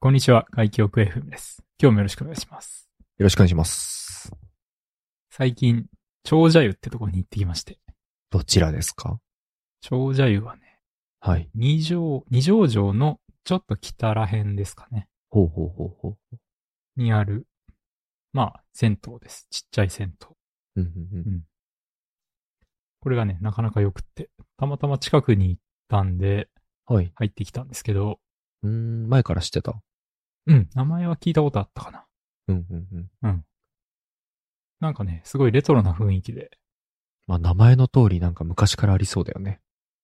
こんにちは、外記憶 FM です。今日もよろしくお願いします。よろしくお願いします。最近、長者湯ってとこに行ってきまして。どちらですか長者湯はね、はい。二条、二条城のちょっと北ら辺ですかね。ほうほうほうほう。にある、まあ、銭湯です。ちっちゃい銭湯。うんうんうん。これがね、なかなか良くって、たまたま近くに行ったんで、はい。入ってきたんですけど、うーん、前から知ってた。うん、名前は聞いたことあったかな。うんうんうん。なんかね、すごいレトロな雰囲気で、まあ、名前の通りなんか昔からありそうだよね。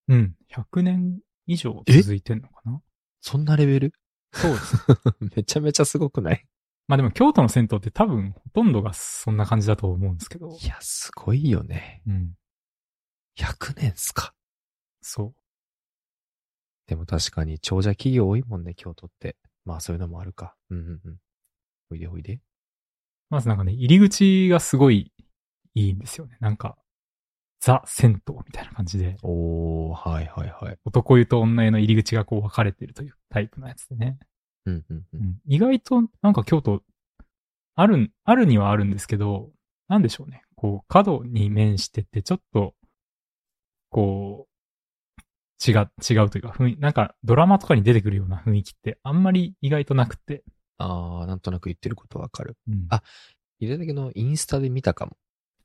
うん、100年以上続いてんのかなそんなレベル そうです。めちゃめちゃすごくないまあでも京都の銭湯って多分ほとんどがそんな感じだと思うんですけど。いや、すごいよね。うん。 100年っすか。そでも確かに長者企業多いもんね、京都って。まあ、そういうのもあるか。うんうんうん。おいでおいで。う。まずなんかね、入り口がすごいいいんですよね。なんか、ザ銭湯みたいな感じで、おー、はいはいはい。男湯と女湯の入り口がこう分かれてるというタイプのやつでね。うんうんう。うんん。意外となんか京都、ある、あるにはあるんですけど、なんでしょうね。こう、角に面してて、ちょっと、こう、違う、違うというか、雰囲なんかドラマとかに出てくるような雰囲気ってあんまり意外となくて。あー、なんとなく言ってることわかる。うん、あ入れだけのインスタで見たかも。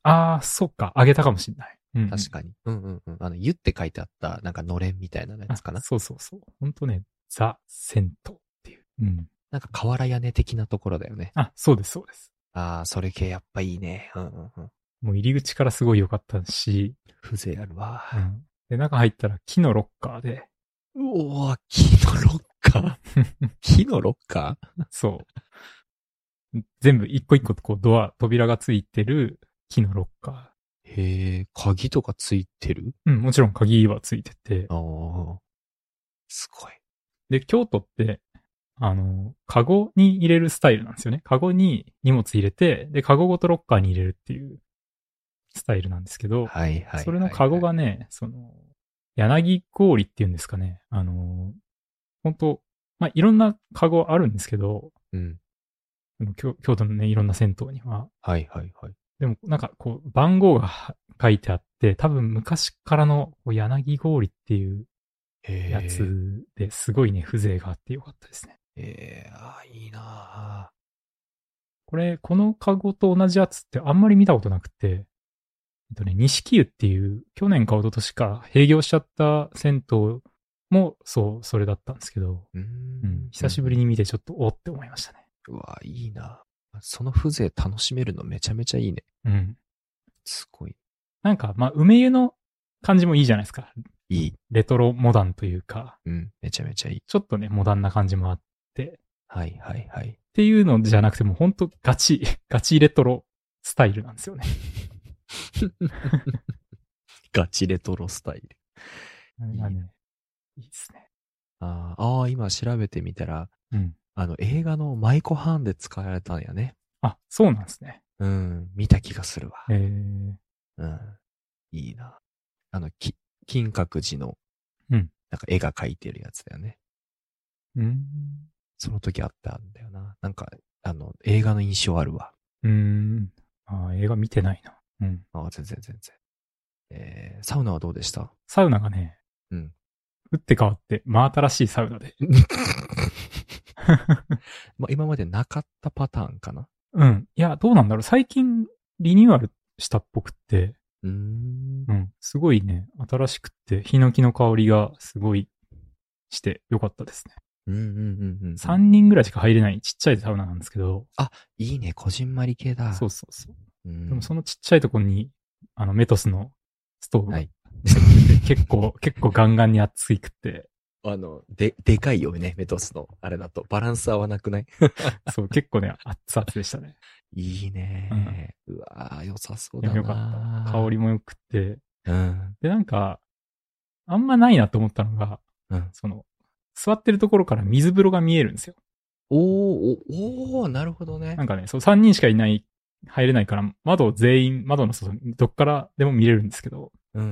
ああ、そっか。あげたかもしんない。うん、確かに。うんうんうん。あの、湯って書いてあった、なんかのれんみたいなやつかなあ。そうそうそう。ほんとね、ザ・銭湯っていう。うん。なんか瓦屋根的なところだよね。あ、そうです、そうです。ああ、それ系やっぱいいね。うんうんうん。もう入り口からすごい良かったし、風情あるわ。うん。で、中入ったら木のロッカーで、うおー、木のロッカー 木のロッカーそう。全部一個一個こうドア、扉がついてる木のロッカへえ、鍵とかついてるー。うん、もちろん鍵はついててあ。あ。すごい。で、京都って、あの、カゴに入れるスタイルなんですよね。カゴに荷物入れて、で、カゴごとロッカーに入れるっていうスタイルなんですけど、はいはいはい、それのカゴがね、その、柳氷っていうんですかね。あの、本当まあ、いろんなカゴあるんですけど、うん。でも京京都のね、いろんな銭湯には。はいはいはい。でも、なんかこう、番号がは書いてあって、多分昔からのこう柳氷っていうへえ。やつですごいね、風情があってよかったですね。ええ、ああ、いいなあこれ、このカゴと同じやつってあんまり見たことなくて、えっとね、錦湯っていう、去年か一昨年か閉業しちゃった銭湯も、そう、それだったんですけど、うーうんん、久しぶりに見てちょっとおって思いましたね。うわ、いいな。その風情楽しめるのめちゃめちゃいいね。うん。すごい。なんか、まあ、梅湯の感じもいいじゃないですか。いい。レトロモダンというか、うん。めちゃめちゃいい。ちょっとね、モダンな感じもあって、はいはいはい。っていうのじゃなくても、ほんとガチ、 ガチレトロスタイルなんですよね。ガチレトロスタイル。あれがね、いいですね。あーあー、今調べてみたら、うん。あの、映画のマイコハーンで使われたんやね。あ、そうなんですね。うん。見た気がするわ。えー、うん。いいな。あの、き、金閣寺の、うんなんか絵が描いてるやつだよね。うん。その時あったんだよな。なんか、あの、映画の印象あるわ。うーん。あー映画見てないな。うん。ああ、全然全然。えー、サウナはどうで したサウナがね、うん。打って変わって、真新しいサウナ で。まあ、今までなかったパターンかな。うん。いや、どうなんだろう。最近、リニューアルしたっぽくって、うーんう。ん。すごいね、新しくって、ヒノキの香りがすごいしてよかったですね。うんうんうんうん。 3人ぐらいしか入れないちっちゃいサウナなんですけど、いいね、こじんまり系だ。そうそうそう。うん。でもそのちっちゃいとこに、あの、メトスのストーブが、はい結構、結構ガンガンに熱いくって、あの、で、でかいよね、メトスの。あれだと。バランス合わなくないそう、結構ね、熱々でしたね。いいね、うわー良さ そうだな。いやよかった。香りも良くって。た。うん。で、なんか、あんまないなと思ったのが、うん、その、座ってるところから水風呂が見えるんですよ。おーお、おーなるほどねな。んかね、そう、3人しかいない、入れないから、窓全員、窓の外、どっからでも見れるんですけど、うんう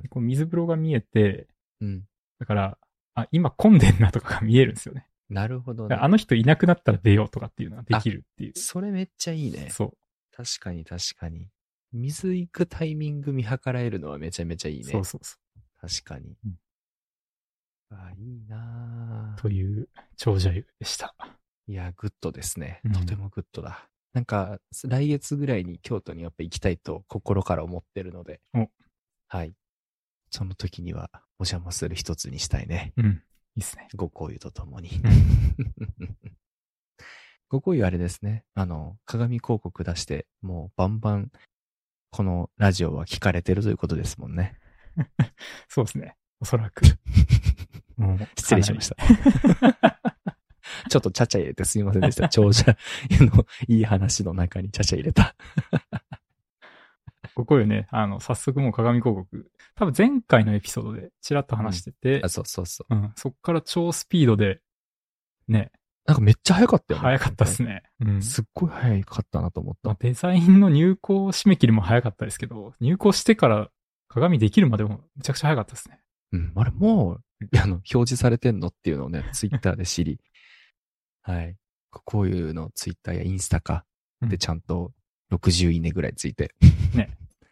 んこう水風呂が見えて、うんうん。うん。だから、あ、今混んでんなとかが見えるんですよね。なるほどね。あの人いなくなったら出ようとかっていうのができるっていう。それめっちゃいいね。そう。確かに確かに。水行くタイミング見計らえるのはめちゃめちゃいいね。そうそうそ確かに。うんあいいなう。ぁという長者湯でした。いや、グッドですねうん。とてもグッドだ。なんか、来月ぐらいに京都にやっぱ行きたいと心から思ってるのでお。はい。その時にはお邪魔する一つにしたいね。うん。いいっすね。ご紅葉とともに。 ご紅葉あれですね。あの、鏡広告出して、もうバンバン、このラジオは聞かれてるということですもんね。そうですね。おそ らく。もう。失礼しました た。ちょっとちゃちゃ入れてすいませんでした。長者 のいい話の中にちゃちゃ入れた。ここよね、あの、早速もう鏡広告。多分前回のエピソードでちらっと話してて、 あそうそうそう。うん、そっから超スピードで、ね、なんかめっちゃ早かったよね。早かったですね。うん。すっごい早かったなと思っまあた。デザインの入稿締め切りも早かったですけど、入稿してから鏡できるまでもめちゃくちゃ早かったですね。うん、あれもう、 あの、表示されてんのっていうのをね、ツイッターで知り。 はい。こういうのツイッターやインスタかうでんちゃんと60いいねぐらいついて、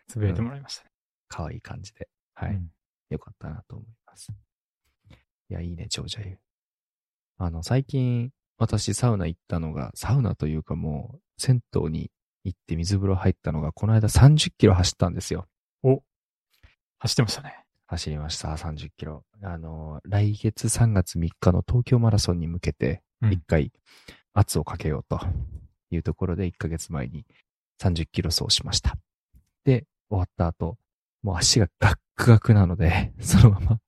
つぶやいてもらいましたね。可愛い感じで。はい。うんよかったなと思います。いや、いいね、長者湯。あの、最近、私、サウナ行ったのが、サウナというかもう、銭湯に行って水風呂入ったのが、この間30キロ走ったんですよ。走ってましたね。走りました、30キロ。あの、来月3月3日の東京マラソンに向けて、うん一回、圧をかけようというところで、1ヶ月前に30キロ走しました。で、終わった後、もう足がガックガクなので、 そのまま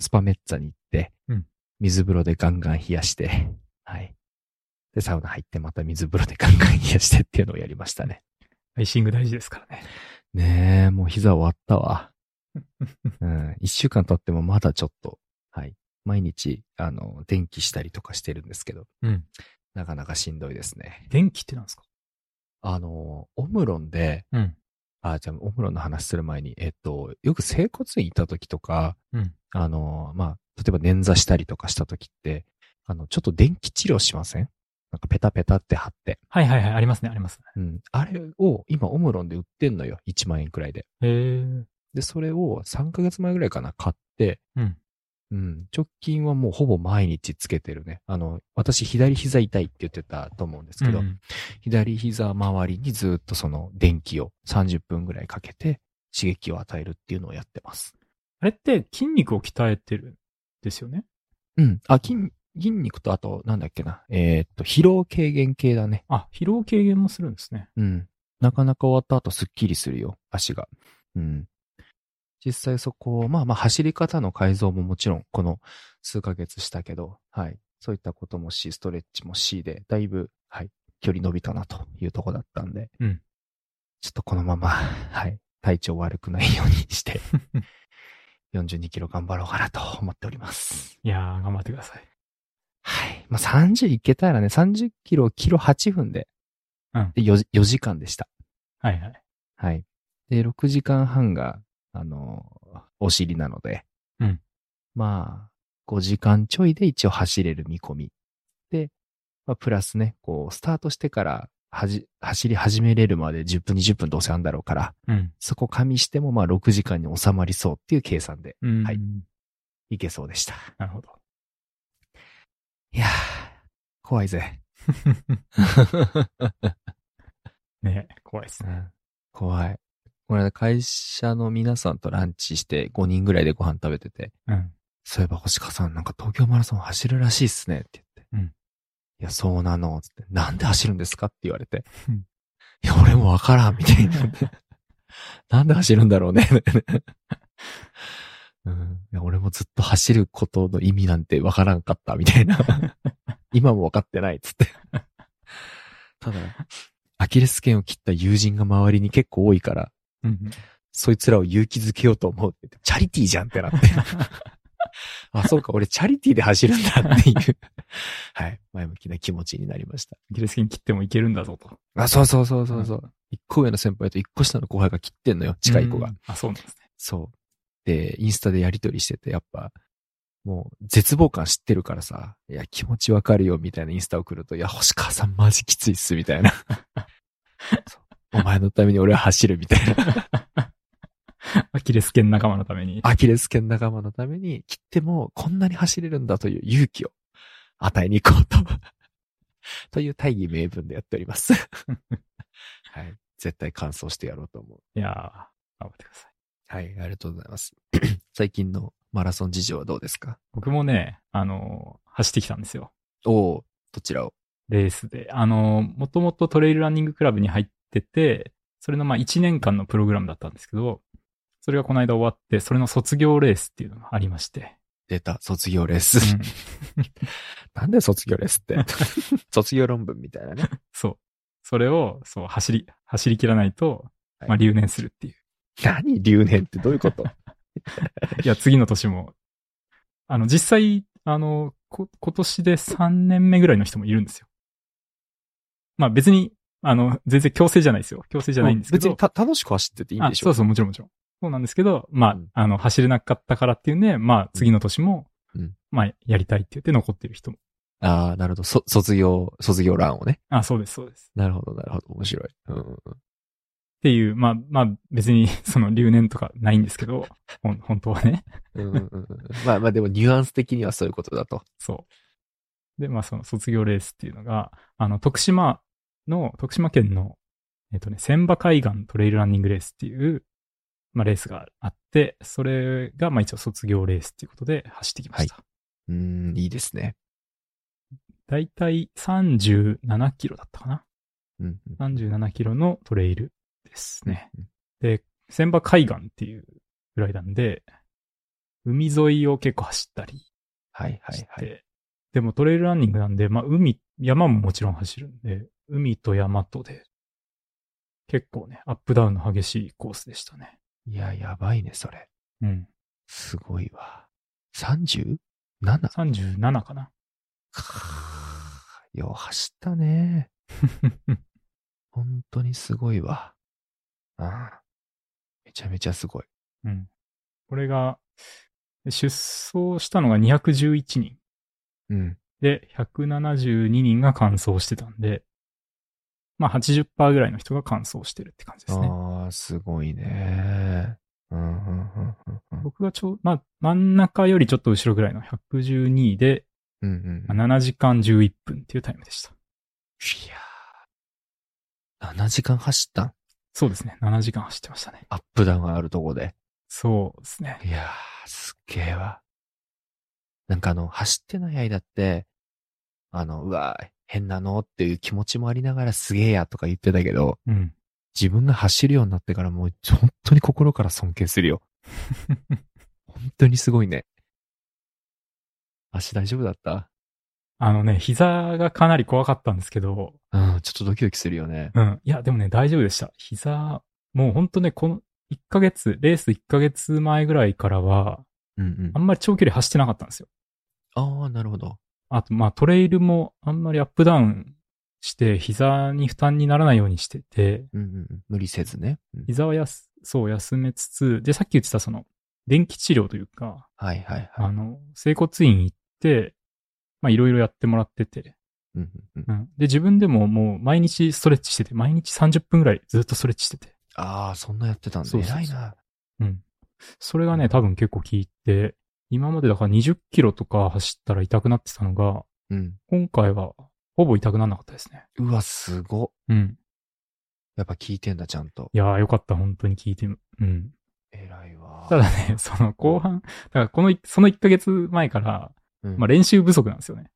スパメッツァに行って、うん水風呂でガンガン冷やして、はい。で、サウナ入ってまた水風呂でガンガン冷やしてっていうのをやりましたね。アイシング大事ですからね。ねえ、もう膝終わっ たわ。うん、一週間経ってもまだちょっと、はい。毎日、あの、電気したりとかしてるんですけど、うん。なかなかしんどいですね。電気ってなんですかあの、オムロンで、うん。あ、じゃあオムロンの話する前に、えっと、よく整骨院行った時とか、うん。あの、まあ、例えば捻挫したりとかした時って、あの、ちょっと電気治療しませんなんかペタペタって貼って。はいはいはい、ありますね、ありますね。うん。あれを今オムロンで売ってんのよ。1万円くらいで。へーで、それを3ヶ月前ぐらいかな、買って、うん。うん。直近はもうほぼ毎日つけてるね。あの、私左膝痛いって言ってたと思うんですけど、うん左膝周りにずっとその電気を30分ぐらいかけて刺激を与えるっていうのをやってます。あれって筋肉を鍛えてるんですよね。うん。あ、筋、筋肉とあと、なんだっけな。えーっと、疲労軽減系だね。あ、疲労軽減もするんですね。うん。なかなか終わった後すっきりするよ、足が。うん。実際そこ、まあまあ走り方の改造ももちろんこの数ヶ月したけど、はい。そういったこともし、ストレッチも C で、だいぶ、はい、距離伸びたなというとこだったんで、うん。ちょっとこのまま、 はい、体調悪くないようにして、42キロ頑張ろうかなと思っております。いやー、頑張ってください。はい。まあ30いけたらね、30キロをキロ8分で、うんで 4, 4時間でした。はいはい。はい。で、6時間半が、あの、お尻なので、うん。まあ、5時間ちょいで一応走れる見込み。で、まあ、プラスね、こう、スタートしてから、はじ、走り始めれるまで10分、20分どうせあんだろうから、うん。そこ加味しても、まあ、6時間に収まりそうっていう計算でうん。はいいけそうでした。なるほど。いやー、怖いぜ。ね怖いですね。怖い。この間会社の皆さんとランチして5人ぐらいでご飯食べてて、うん。そういえば星川さんなんか東京マラソン走るらしいっすねって言って。うんいや、そうなの。つって、なんで走るんですかって言われて。うんいや、俺もわからん、みた いな。なんで走るんだろうね。うん、いや俺もずっと走ることの意味なんてわからんかった、みた いな。今もわかってない、つって。ただ、アキレス腱を切った友人が周りに結構多いから、うんそいつらを勇気づけようと思うって言って。チャリティーじゃんってな って。あ、そうか、俺チャリティーで走るんだっていう、はい、前向きな気持ちになりました。アキレス腱切ってもいけるんだぞと。あ、そうそうそうそうそう。一個上の先輩と一個下の後輩が切ってんのよ、近い子が。うん。あ、そうなんですね。そう。で、インスタでやりとりしてて、やっぱ、もう絶望感知ってるからさ、いや、気持ちわかるよ、みたいなインスタ送ると、いや、星川さんマジきついっす、みたい な。そうお前のために俺は走る、みたいな。アキレス腱仲間のために。アキレス腱仲間のために、切ってもこんなに走れるんだという勇気を与えに行こうと。 という大義名分でやってお ります。はい。絶対完走してやろうと思う。いやー、頑張ってください。はい、ありがとうござ います。最近のマラソン事情はどうですか僕もね、あのー走ってきたんですよ。おおどちらをレースで。あのーもともとトレイルランニングクラブに入ってて、それのまあ1年間のプログラムだったんですけど、それがこの間終わって、それの卒業レースっていうのがありま して。出た、卒業レース。うん なんで卒業レースって 卒業論文みたいなね。そう。それを、そう、走り、走り切らないと、はいまあ留年するっていう。何留年ってどういうことい、や、次の年も。あの、実際、あの、こ、今年で3年目ぐらいの人もいるんですよ。まあ別に、あの、全然強制じゃないですよ。強制じゃないんですけ別ど。にた楽しく走ってていいんでしあょそうそう、もちろんもちろん。そうなんですけど、まあ、うんあの、走れなかったからっていうんで、まあ、次の年も、うんまあ、やりたいって言って残ってる人も。ああ、なるほど。そ、卒業、卒業欄をね。あ、そうです、そうです。なるほど、なるほど。面白い。うんうんうん。っていう、まあ、まあ、別に、 その、留年とかないんですけど、 ほん本当はね。うんうんうんうん、まあまあでもニュアンス的にはそういうことだと。そう。で、まあ、その、卒業レースっていうのが、あの、徳島の、徳島県の、えっとね、千葉海岸トレイルランニングレースっていう、まあ、レースがあって、それが、まあ、一応卒業レースっていうことで走ってきました。うーん、いいですね。だいたい37キロだったかな。うんうん、 37キロのトレイルですね。で、千葉海岸っていうぐらいなんで、海沿いを結構走ったりはいはしいて、はい。でもトレイルランニングなんで、まあ海、山ももちろん走るんで、海と山とで、結構ね、アップダウンの激しいコースでしたね。いや、やばいね、それ。うん。すごいわ。37? 37かな。 よう走ったね。本当にすごいわ。ああめちゃめちゃすごい。うん。これが、出走したのが211人。うん。で、172人が完走してたんで、まあ80%ぐらいの人が完走してるって感じですね。ああ、すごいね。うんうんうんうんうん僕がちょう、まあ真ん中よりちょっと後ろぐらいの112位で、うんうんまあ7時間11分っていうタイムでした。いやー7時間走ったんそうですね。7時間走ってましたね。アップダウンがあるとこで。そうですね。いやー、すっげえわ。なんかあの、走ってない間って、あの、うわー、変なのっていう気持ちもありながらすげえやとか言ってたけど、うん。自分が走るようになってからもう本当に心から尊敬する よ。本当にすごいね。足大丈夫だったあのね、膝がかなり怖かったんですけど、うん、ちょっとドキドキするよね。うん。いや、でもね、大丈夫でした。膝、もうほんとね、この1ヶ月、レース1ヶ月前ぐらいからは、うんうんあ。んまり長距離走ってなかったんですよ。ああ、なるほど。あと、まあ、トレイルもあんまりアップダウンして、膝に負担にならないようにしてて、うんうんうん。無理せずね。うん膝はやす、そう、休めつつ、で、さっき言ってた、その、電気治療というか、はいはいはい。あの、整骨院行って、まあ、いろいろやってもらってて、うんうんうんうん。で、自分でももう毎日ストレッチしてて、毎日30分ぐらいずっとストレッチしてて、ああ、そんなやってたんだ。そうそうそう偉いな。うん。それがね、多分結構効いて、今までだから20キロとか走ったら痛くなってたのが、うん。今回はほぼ痛くならなかったですね。うわ、すご。うん。やっぱ聞いてんだ、ちゃんと。いやーよかった、本当に聞いてみ、うん。偉いわ。ただね、 その後半、だからこのい、その1ヶ月前から、うん、まあ練習不足なんですよね。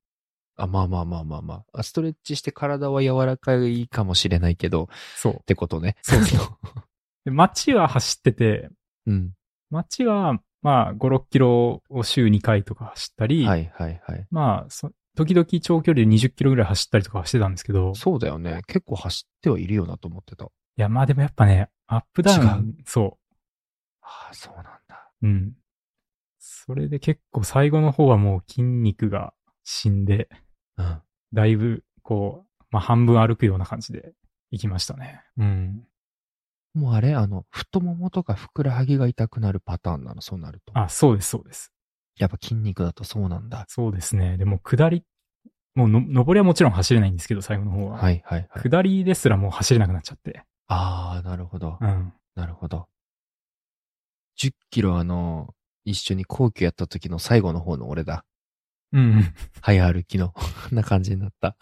あ、まあまあまあまあまあ。あストレッチして体は柔らかいかもしれないけど、っそう。てことね。そう そう。で、街は走ってて、うん。街は、まあ5、6キロを週2回とか走ったり、はいはいはい。まあ、そ時々長距離で20キロぐらい走ったりとかはしてたんですけど、そうだよね。結構走ってはいるよなと思ってた。いや、まあでもやっぱね、アップダウン、そああ、そうなんだ。う。うん。それで結構最後の方はもう筋肉が死んで、うん。だいぶ、こう、まあ、半分歩くような感じで行きましたね。うん。もうあれ、あの、太ももとかふくらはぎが痛くなるパターンなの、そうなると。あ、そうです、そうです。やっぱ筋肉だとそうなんだ。そうですね。でも下り、もうの、上りはもちろん走れないんですけど、最後の方は。はいはいはい。下りですらもう走れなくなっちゃって。ああ、なるほど。うん。なるほど。10キロあの、一緒に皇居やった時の最後の方の俺だ。うんうん。早歩きの、 こんな感じになった。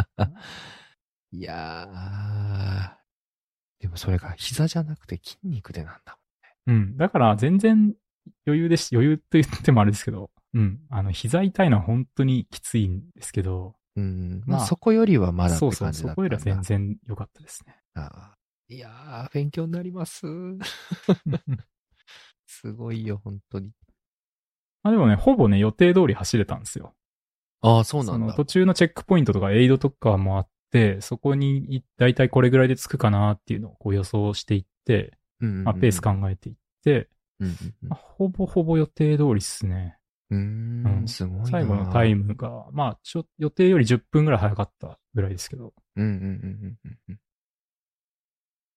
いやー。でもそれが膝じゃなくて筋肉でなんだ。うん。だから全然余裕です。余裕と言ってもあれですけど。うん。あの、膝痛いのは本当にきついんですけど。うん。まあ、まあそこよりはまだってそうそ感う。じそだったんだ。こよりは全然良かったですね。 あーいやー、勉強になります。 すごいよ、本当に。まあでもね、ほぼね、予定通り走れたんですよ。ああ、そうなんのだ。途中のチェックポイントとかエイドとかもあって、そこにい大体これぐらいで着くかなっていうのをこう予想していって、まあ、ペース考感。えていって、うんまあほぼほぼ予定通りですね。うんうん。うー、うんんすごいな。最後のタイムが、まあちょ、予定より10分ぐらい早かったぐらいですけど。うんうんうんうんうんうん。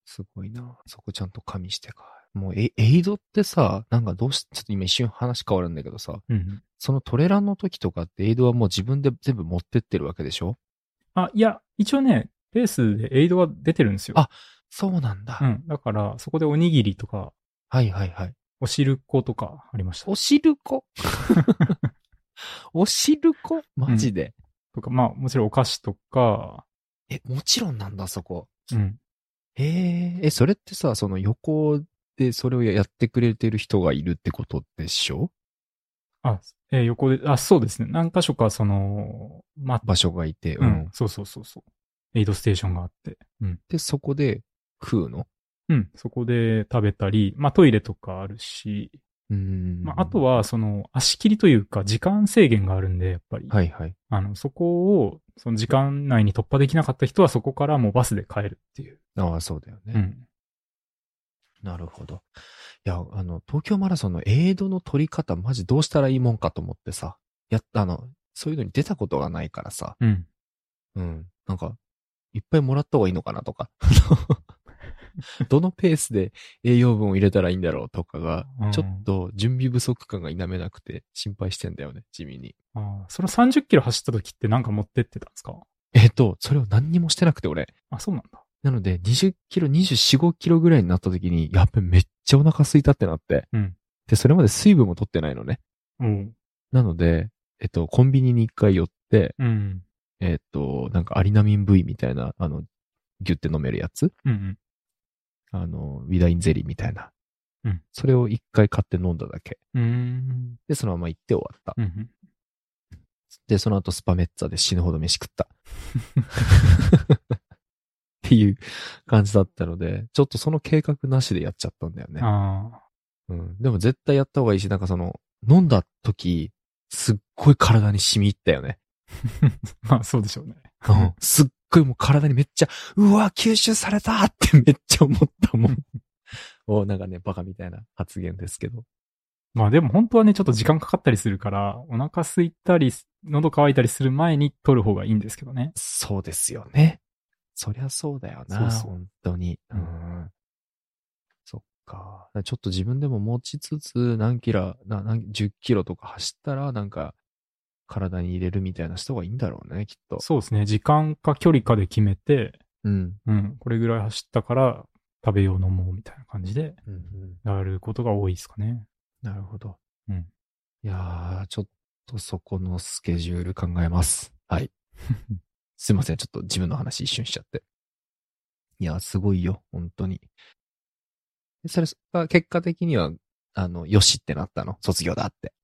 すごいな。そこちゃんと加味してか。もうエ、エイドってさ、なんかどうし、ちょっと今一瞬話変わるんだけどさ、うん。そのトレランの時とかってエイドはもう自分で全部持ってってるわけでしょあ、いや、一応ね、レースでエイドは出てるんですよ。あそうなんだ。うん。だから、そこでおにぎりとか、はいはいはい。お汁粉とかありました。おしるこ おしるこマジで、とか、まあ、もちろんお菓子とか、え、もちろんなんだ、そこ。うん。へえ、え、それってさ、その横でそれをやってくれてる人がいるってことでしょあ、えー横で、あ、そうですね。何箇所か、その、まあ、場所がいて。うん、そうそうそうそう。エイドステーションがあって。うん。で、そこで食うのうん。そこで食べたり、まあ、トイレとかあるし、うんまあ、あと、は、その、足切りというか、時間制限があるんで、やっぱり。はいはい。あの、そこを、その時間内に突破できなかった人は、そこからもうバスで帰るっていう。ああ、そうだよね。うん。なるほど。いや、あの、東京マラソンのエイドの取り方、マジどうしたらいいもんかと思ってさ、やった、あの、そういうのに出たことがないからさ、うん。うん。なんか、いっぱいもらった方がいいのかなとか、 どのペースで栄養分を入れたらいいんだろうとかがう、んちょっと準備不足感が否めなくて心配してんだよね、地味に。ああ、その30キロ走った時ってなんか持ってってたんですかえっと、それを何にもしてなくて俺。あ、そうなんだ。なので、20キロ、24、5キロぐらいになった時に、やっべ、めっちゃお腹空いたってなって。うんで、それまで水分も取ってないのね。うん。なので、えっと、コンビニに一回寄って、うん。えっと、なんかアリナミン V みたいな、あの、ギュって飲めるやつうんうん。あの、ウィダインゼリーみたいな。うんそれを一回買って飲んだだけ。うーん。で、そのまま行って終わった。うんうん。で、その後スパメッツァで死ぬほど飯食 った。っていう感じだったので、ちょっとその計画なしでやっちゃったんだよね。ああ。うん。でも絶対やった方がいいし、なんかその、飲んだ時、すっごい体に染み入ったよね。 まあ、そうでしょうね。うん。 すっごいもう体にめっちゃ、うわ、吸収されたって めっちゃ思ったもん。 おなんかね、バカみたいな発言ですけど。まあ、でも本当はね、ちょっと時間かかったりするから、お腹空いたり、喉乾いたりする前に取る方がいいんですけどね。そうですよね。そりゃそうだよな、そうそう本当に。うん。そっか。ちょっと自分でも持ちつつ、何キロ、な何10キロとか走ったら、なんか、体に入れるみたいな人がいいんだろうね、きっと。そうですね。時間か距離かで決めて、うん。うん、これぐらい走ったから食べよう飲もうみたいな感じでうんうん、やることが多いですかね。 なるほど。うん。いやー、ちょっとそこのスケジュール考えます。はい。すいません。ちょっと自分の話一瞬しちゃって。いやー、すごいよ。本当に。でそれが結果的には、あの、よしってなったの。卒業だって。い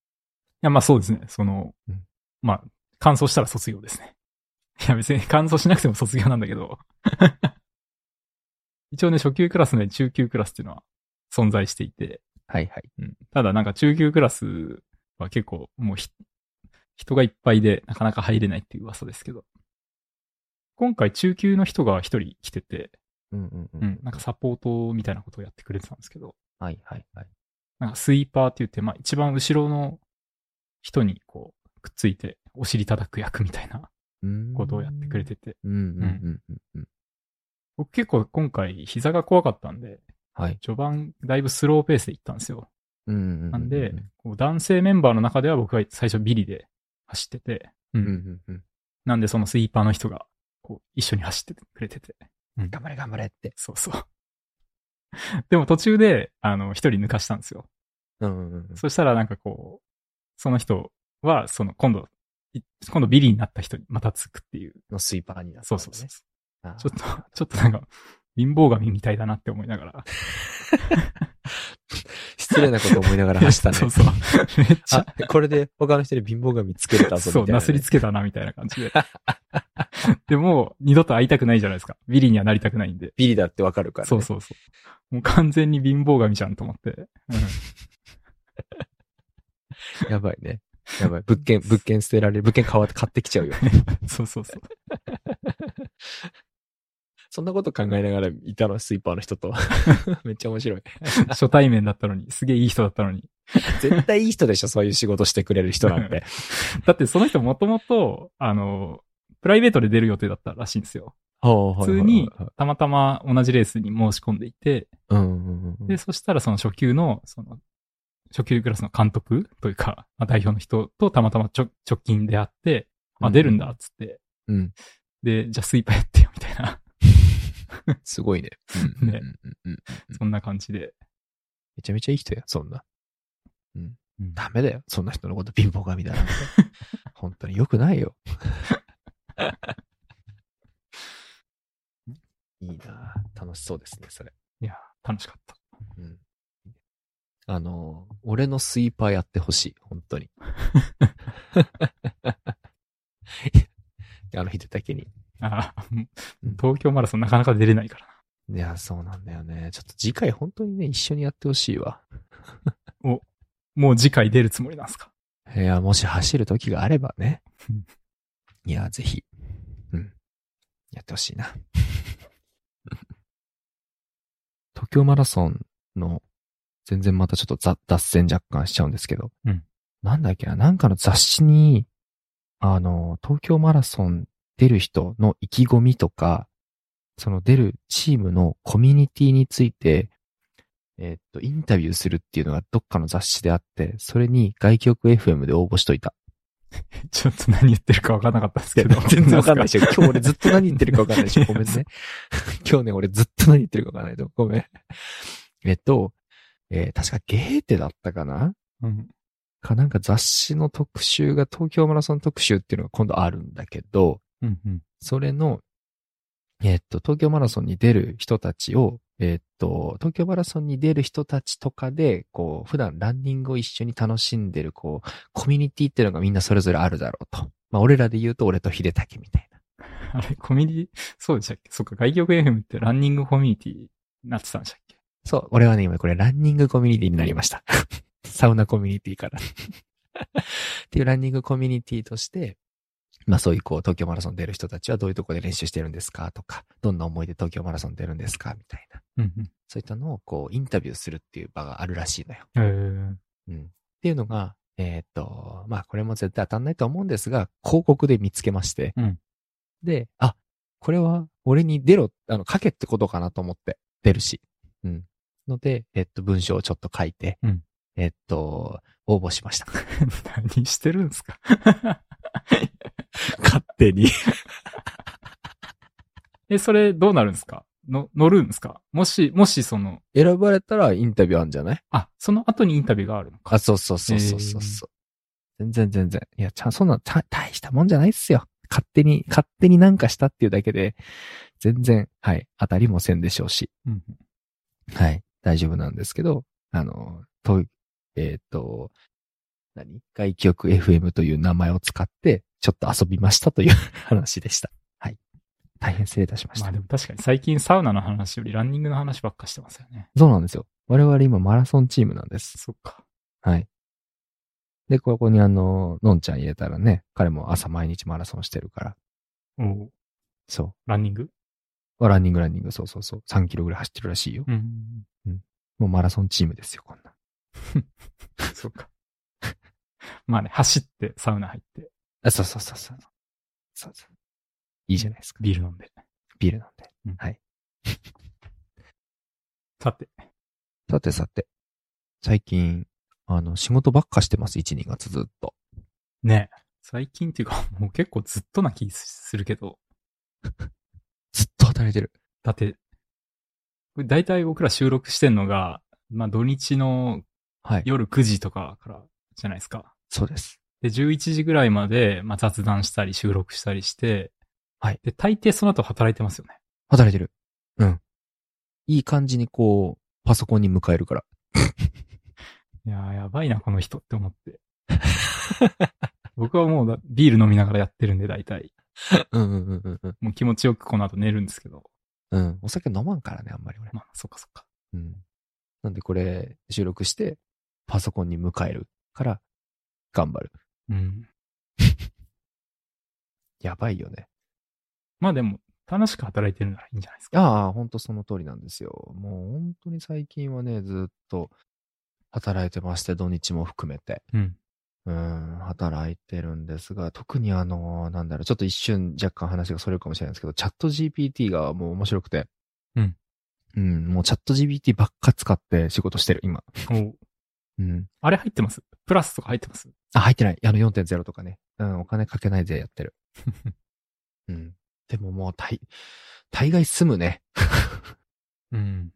や、まあそうですね。その、うんまあ、乾燥したら卒業ですね。いや、別に乾燥しなくても卒業なんだけど。 一応ね、初級クラスのより中級クラスっていうのは存在していて、はいはい。うん、ただなんか中級クラスは結構もうひ人がいっぱいでなかなか入れないっていう噂ですけど。今回中級の人が一人来てて、うんうんうん。うん、なんかサポートみたいなことをやってくれてたんですけど、はいはいはい。なんかスイーパーって言って、まあ一番後ろの人にこうくっついてお尻叩く役みたいなうーんことをやってくれ。てて、うんうんうんうんうん。僕結構今回膝が怖かったんで、はい。序盤だいぶスローペースで行ったんですよ。うんうんううなんで、こう男性メンバーの中では僕は最初ビリで走ってて、ううんん。うんうん。なんでそのスイーパーの人が、こう、一緒に走ってくれてて。うん頑張れ頑張れって。そう そう。でも途中で、あの、一人抜かしたんですよ。うんうんうん。そしたらなんかこう、その人は、その、今度、い今度ビリになった人にまたつくっていう。のスイーパーになったそんうだね、そうそう。あーちょっと、ちょっとなんか、貧乏神みたいだなって思いながら。失礼なこと思いながら走ったね。 そうそう。めっちゃあ、、これで他の人に貧乏神つけれたぞみたそいなね、う、なすりつけたな、みたいな感じで。 でも、二度と会いたくないじゃないですか。ビリにはなりたくないんで。ビリだってわかるから、ね。そうそうそう。もう完全に貧乏神じゃんと思って。うんやばいね。やばい。物件、物件捨てられる。物件買わ買ってきちゃうよ。そうそうそう。そんなこと考えながらいたの、スイーパーの人 と。めっちゃ面白い。初対面だったのに、すげえいい人だったのに。絶対いい人でしょ、そういう仕事してくれる人なんて。だってその人もともと、あの、プライベートで出る予定だったらしいんですよ。普普通に、たまたま同じレースに申し込んでいて、うんうんうんうんで、そしたらその初級の、その、初級クラスの監督というか、まあ、代表の人とたまたまちょ直近で会って、あ、出るんだ、っつって、うん。で、じゃあスイーパーやってよ、みたいな、すごいね。ねうんうんうんうんそんな感じで。めちゃめちゃいい人や、そんな。うん。うんダメだよ。そんな人のこと貧乏神だなんて。本当に良くないよ。いいなぁ楽しそうですね、それ。いや、楽しかった。うん。あのー、俺のスイーパーやってほしい。本当に。 あの、ひでたけに。あーもううん東京マラソンなかなか出れないからいや、そうなんだよね。ちょっと次回本当にね、一緒にやってほしいわ。な。もう次回出るつもりなんですか いや、もし走る時があればねうん。いや、ぜひ。うん。やってほしいな。 東京マラソンの、全然またちょっとざ脱線若干しちゃうんですけど。うんなんだっけな、なんかの雑誌に、あの、東京マラソン出る人の意気込みとか、その出るチームのコミュニティについて、えっと、インタビューするっていうのがどっかの雑誌であって、それに外局 FM で応募しといた。ちょっと何言ってるか分からなかったんですけど。全然わかんないし、今日俺ずっと何言ってるかわわかんない し、ごめんね。。今日ね、俺ずっと何言ってるかわかんないと。ごめん。えっと、えー確かゲーテだったかな うん。かなんか雑誌の特集が東京マラソン特集っていうのが今度あるんだけど、うんうん。それの、えっと、東京マラソンに出る人たちを、えっと、東京マラソンに出る人たちとかで、こう、普段ランニングを一緒に楽しんでる、こう、コミュニティっていうのがみんなそれぞれあるだろうと。まあ、俺らで言うと俺と秀武みたいな。 あれ、コミュニティ、そうでしたっけそっか、外局 FM ってランニングコミュニティになってたんでしたっけそう、俺はね、今これランニングコミュニティになりました。 サウナコミュニティから。 っていうランニングコミュニティとして、まあそういうこう、東京マラソン出る人たちはどういうとこで練習してるんですかとか、どんな思いで東京マラソン出るんですかみたいな。うんそういったのをこう、インタビューするっていう場があるらしいのよ。うん。うん。っていうのが、えーっと、まあこれも絶対当たんないと思うんですが、広告で見つけまして。うんで、あ、これは俺に出ろ、あの、書けってことかなと思って、出るし。うん。ので、えっと、文章をちょっと書いて、うんえっと、応募しました。 えー、 何してるんですか 勝手に。え、それどうなるんですかの、乗るんですかもし、もしその、選ばれたらインタビューあるんじゃないあ、その後にインタビューがあるのか。あ、そうそうそうそうそうそう。全然全然。いや、ちゃん、そんな、た、大したもんじゃないっすよ。勝手に、勝手になんかしたっていうだけで、全然、はい、当たりもせんでしょうし、うんはい、大丈夫なんですけど、あの、と、えっ、と、何外記憶 FM という名前を使って、ちょっと遊びましたという 話でした。はい。大変失礼いたしました。まあでも確かに最近サウナの話よりランニングの話ばっかしてますよね。そうなんですよ。我々今マラソンチームなんです。そっか。はい。で、ここにあの、のんちゃん入れたらね、彼も朝毎日マラソンしてるから、おうそランニングう。ランニングランニング、そうそうそう。3キロぐらい走ってるらしいよ。うん。もうマラソンチームですよ、こんな。そっか。 まあね、走ってサウナ入って、あ、そうそうそうそう。そうそう。いいじゃないですか。ビール飲んで。ビールなんで。さて、さてさて、最近、あの、仕事ばっかしてます、1、2月ずっと。ね最近っていうか、もう結構ずっとな気するけど、ずっと働いてる。だって、大体僕ら収録してんのが、まあ土日のはい。夜9時とかからじゃないですか。そうです。で、11時ぐらいまで、まあ、雑談したり収録したりして、はい。で、大抵その後働いてますよね。働いてる。うん。いい感じにこう、パソコンに迎えるから。いやー、やばいな、この人って思 って。僕はもうだビール飲みながらやってるんで、大体。うんうんうんうんうん。もう気持ちよくこの後寝るんですけど。うん。お酒飲まんからね、あんまり俺。まあ、そっかそっか。うん。なんでこれ、収録して、パソコンに迎えるから、頑張る。うん。やばいよね。まあでも、楽しく働いてるならいいんじゃないですか。ああ、ほんとその通りなんですよ。もう本当に最近はね、ずっと働いてまして、土日も含めて。うん。うん、働いてるんですが、特にあの、なんだろう、ちょっと一瞬若干話がそれるかもしれないんですけど、チャット GPT がもう面白くて。うん。うん、もうチャット GPT ばっか使って仕事してる、今。おううん。あれ入ってますプラスとか入ってますあ、入ってない。あの4.0とかね。うん、お金かけないでやってる。 うん。でももう大、大概済むね。うん。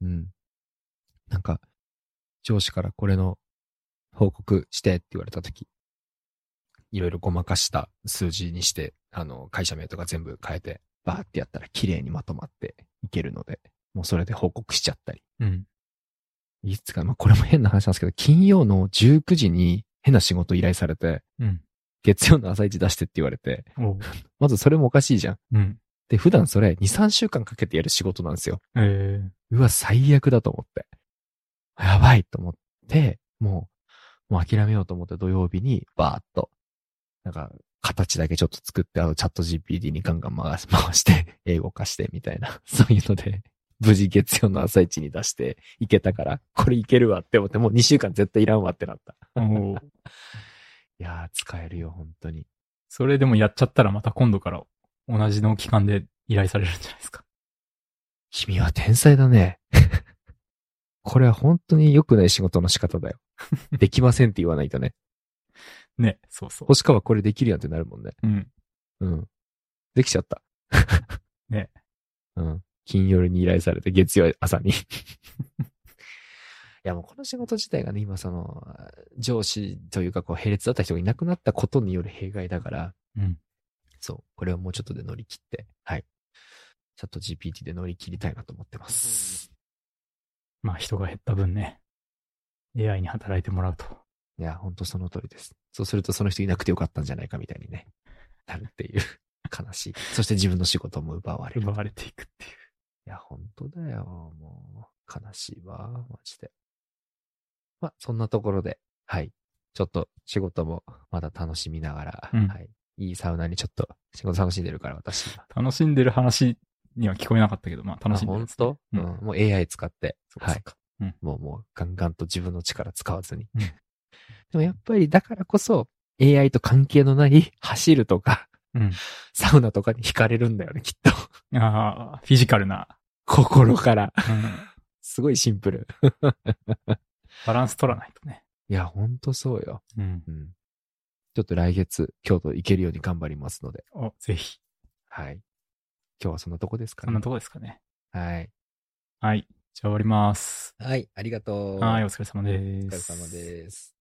うん。なんか、上司からこれの報告してって言われたとき、いろいろごまかした数字にして、あの、会社名とか全部変えて、バーってやったら綺麗にまとまっていけるので、もうそれで報告しちゃったり。うん。いつか、まあ、これも変な話なんですけど、金曜の19時に変な仕事依頼されて、うん。月曜の朝一出してって言われて、おうまずそれもおかしいじゃん。うん。で、普段それ2、3週間かけてやる仕事なんですよ。えー、うわ、最悪だと思って。やばいと思って、もう、もう諦めようと思って土曜日にバーっと、なんか、形だけちょっと作って、あとチャット GPT にガンガン回し 回して、英語化してみたいな、そういうので、無事月曜の朝一に出していけたから、これいけるわって思って、もう2週間絶対いらんわってなった。おういやー、使えるよ、本当に。それでもやっちゃったらまた今度から同じの期間で依頼されるんじゃないですか。 君は天才だね。 これは本当に良くない仕事の仕方だよ。できませんって言わないとね。ね、そうそう。星川これできるやんってなるもんね。うん。うん。できちゃった。ね。うん。金曜に依頼されて、月曜朝に。いや、もうこの仕事自体がね、今その、上司というか、こう、並列だった人がいなくなったことによる弊害だから、うん。そう、これをもうちょっとで乗り切って、はい。チャット GPT で乗り切りたいなと思ってます。まあ人が減った分ね、AI に働いてもらうと。いや、ほんとその通りです。そうするとその人いなくてよかったんじゃないかみたいにね、なるっていう 悲しい。そして自分の仕事も奪われる。奪われていくっていう。いや、本当だよ。もう、悲しいわ。マジで。まあ、そんなところで、はい。ちょっと仕事もまだ楽しみながら、うんはい。いいサウナにちょっと仕事楽しんでるから、私今。楽しんでる話には聞こえなかったけど、まあ楽しんでるん本ですね、当、うん、うん。もう AI 使って、そっかそっか。もうもうガンガンと自分の力使わずに。うん でもやっぱりだからこそ、AI と関係のない走るとか、 サウナとかに惹かれるんだよね、きっと。 うん。ああ、フィジカルな、心から。うんすごいシンプル。バランス取らないとね。いや、ほんとそうよ。うん。うん。ちょっと来月、京都行けるように頑張りますので、お、ぜひ。はい。今日はそんなとこですかそんねな。とこですかね。はい。はい。じゃあ終わります。はい、ありがとう。はい、お疲れ様です。お疲れ様です。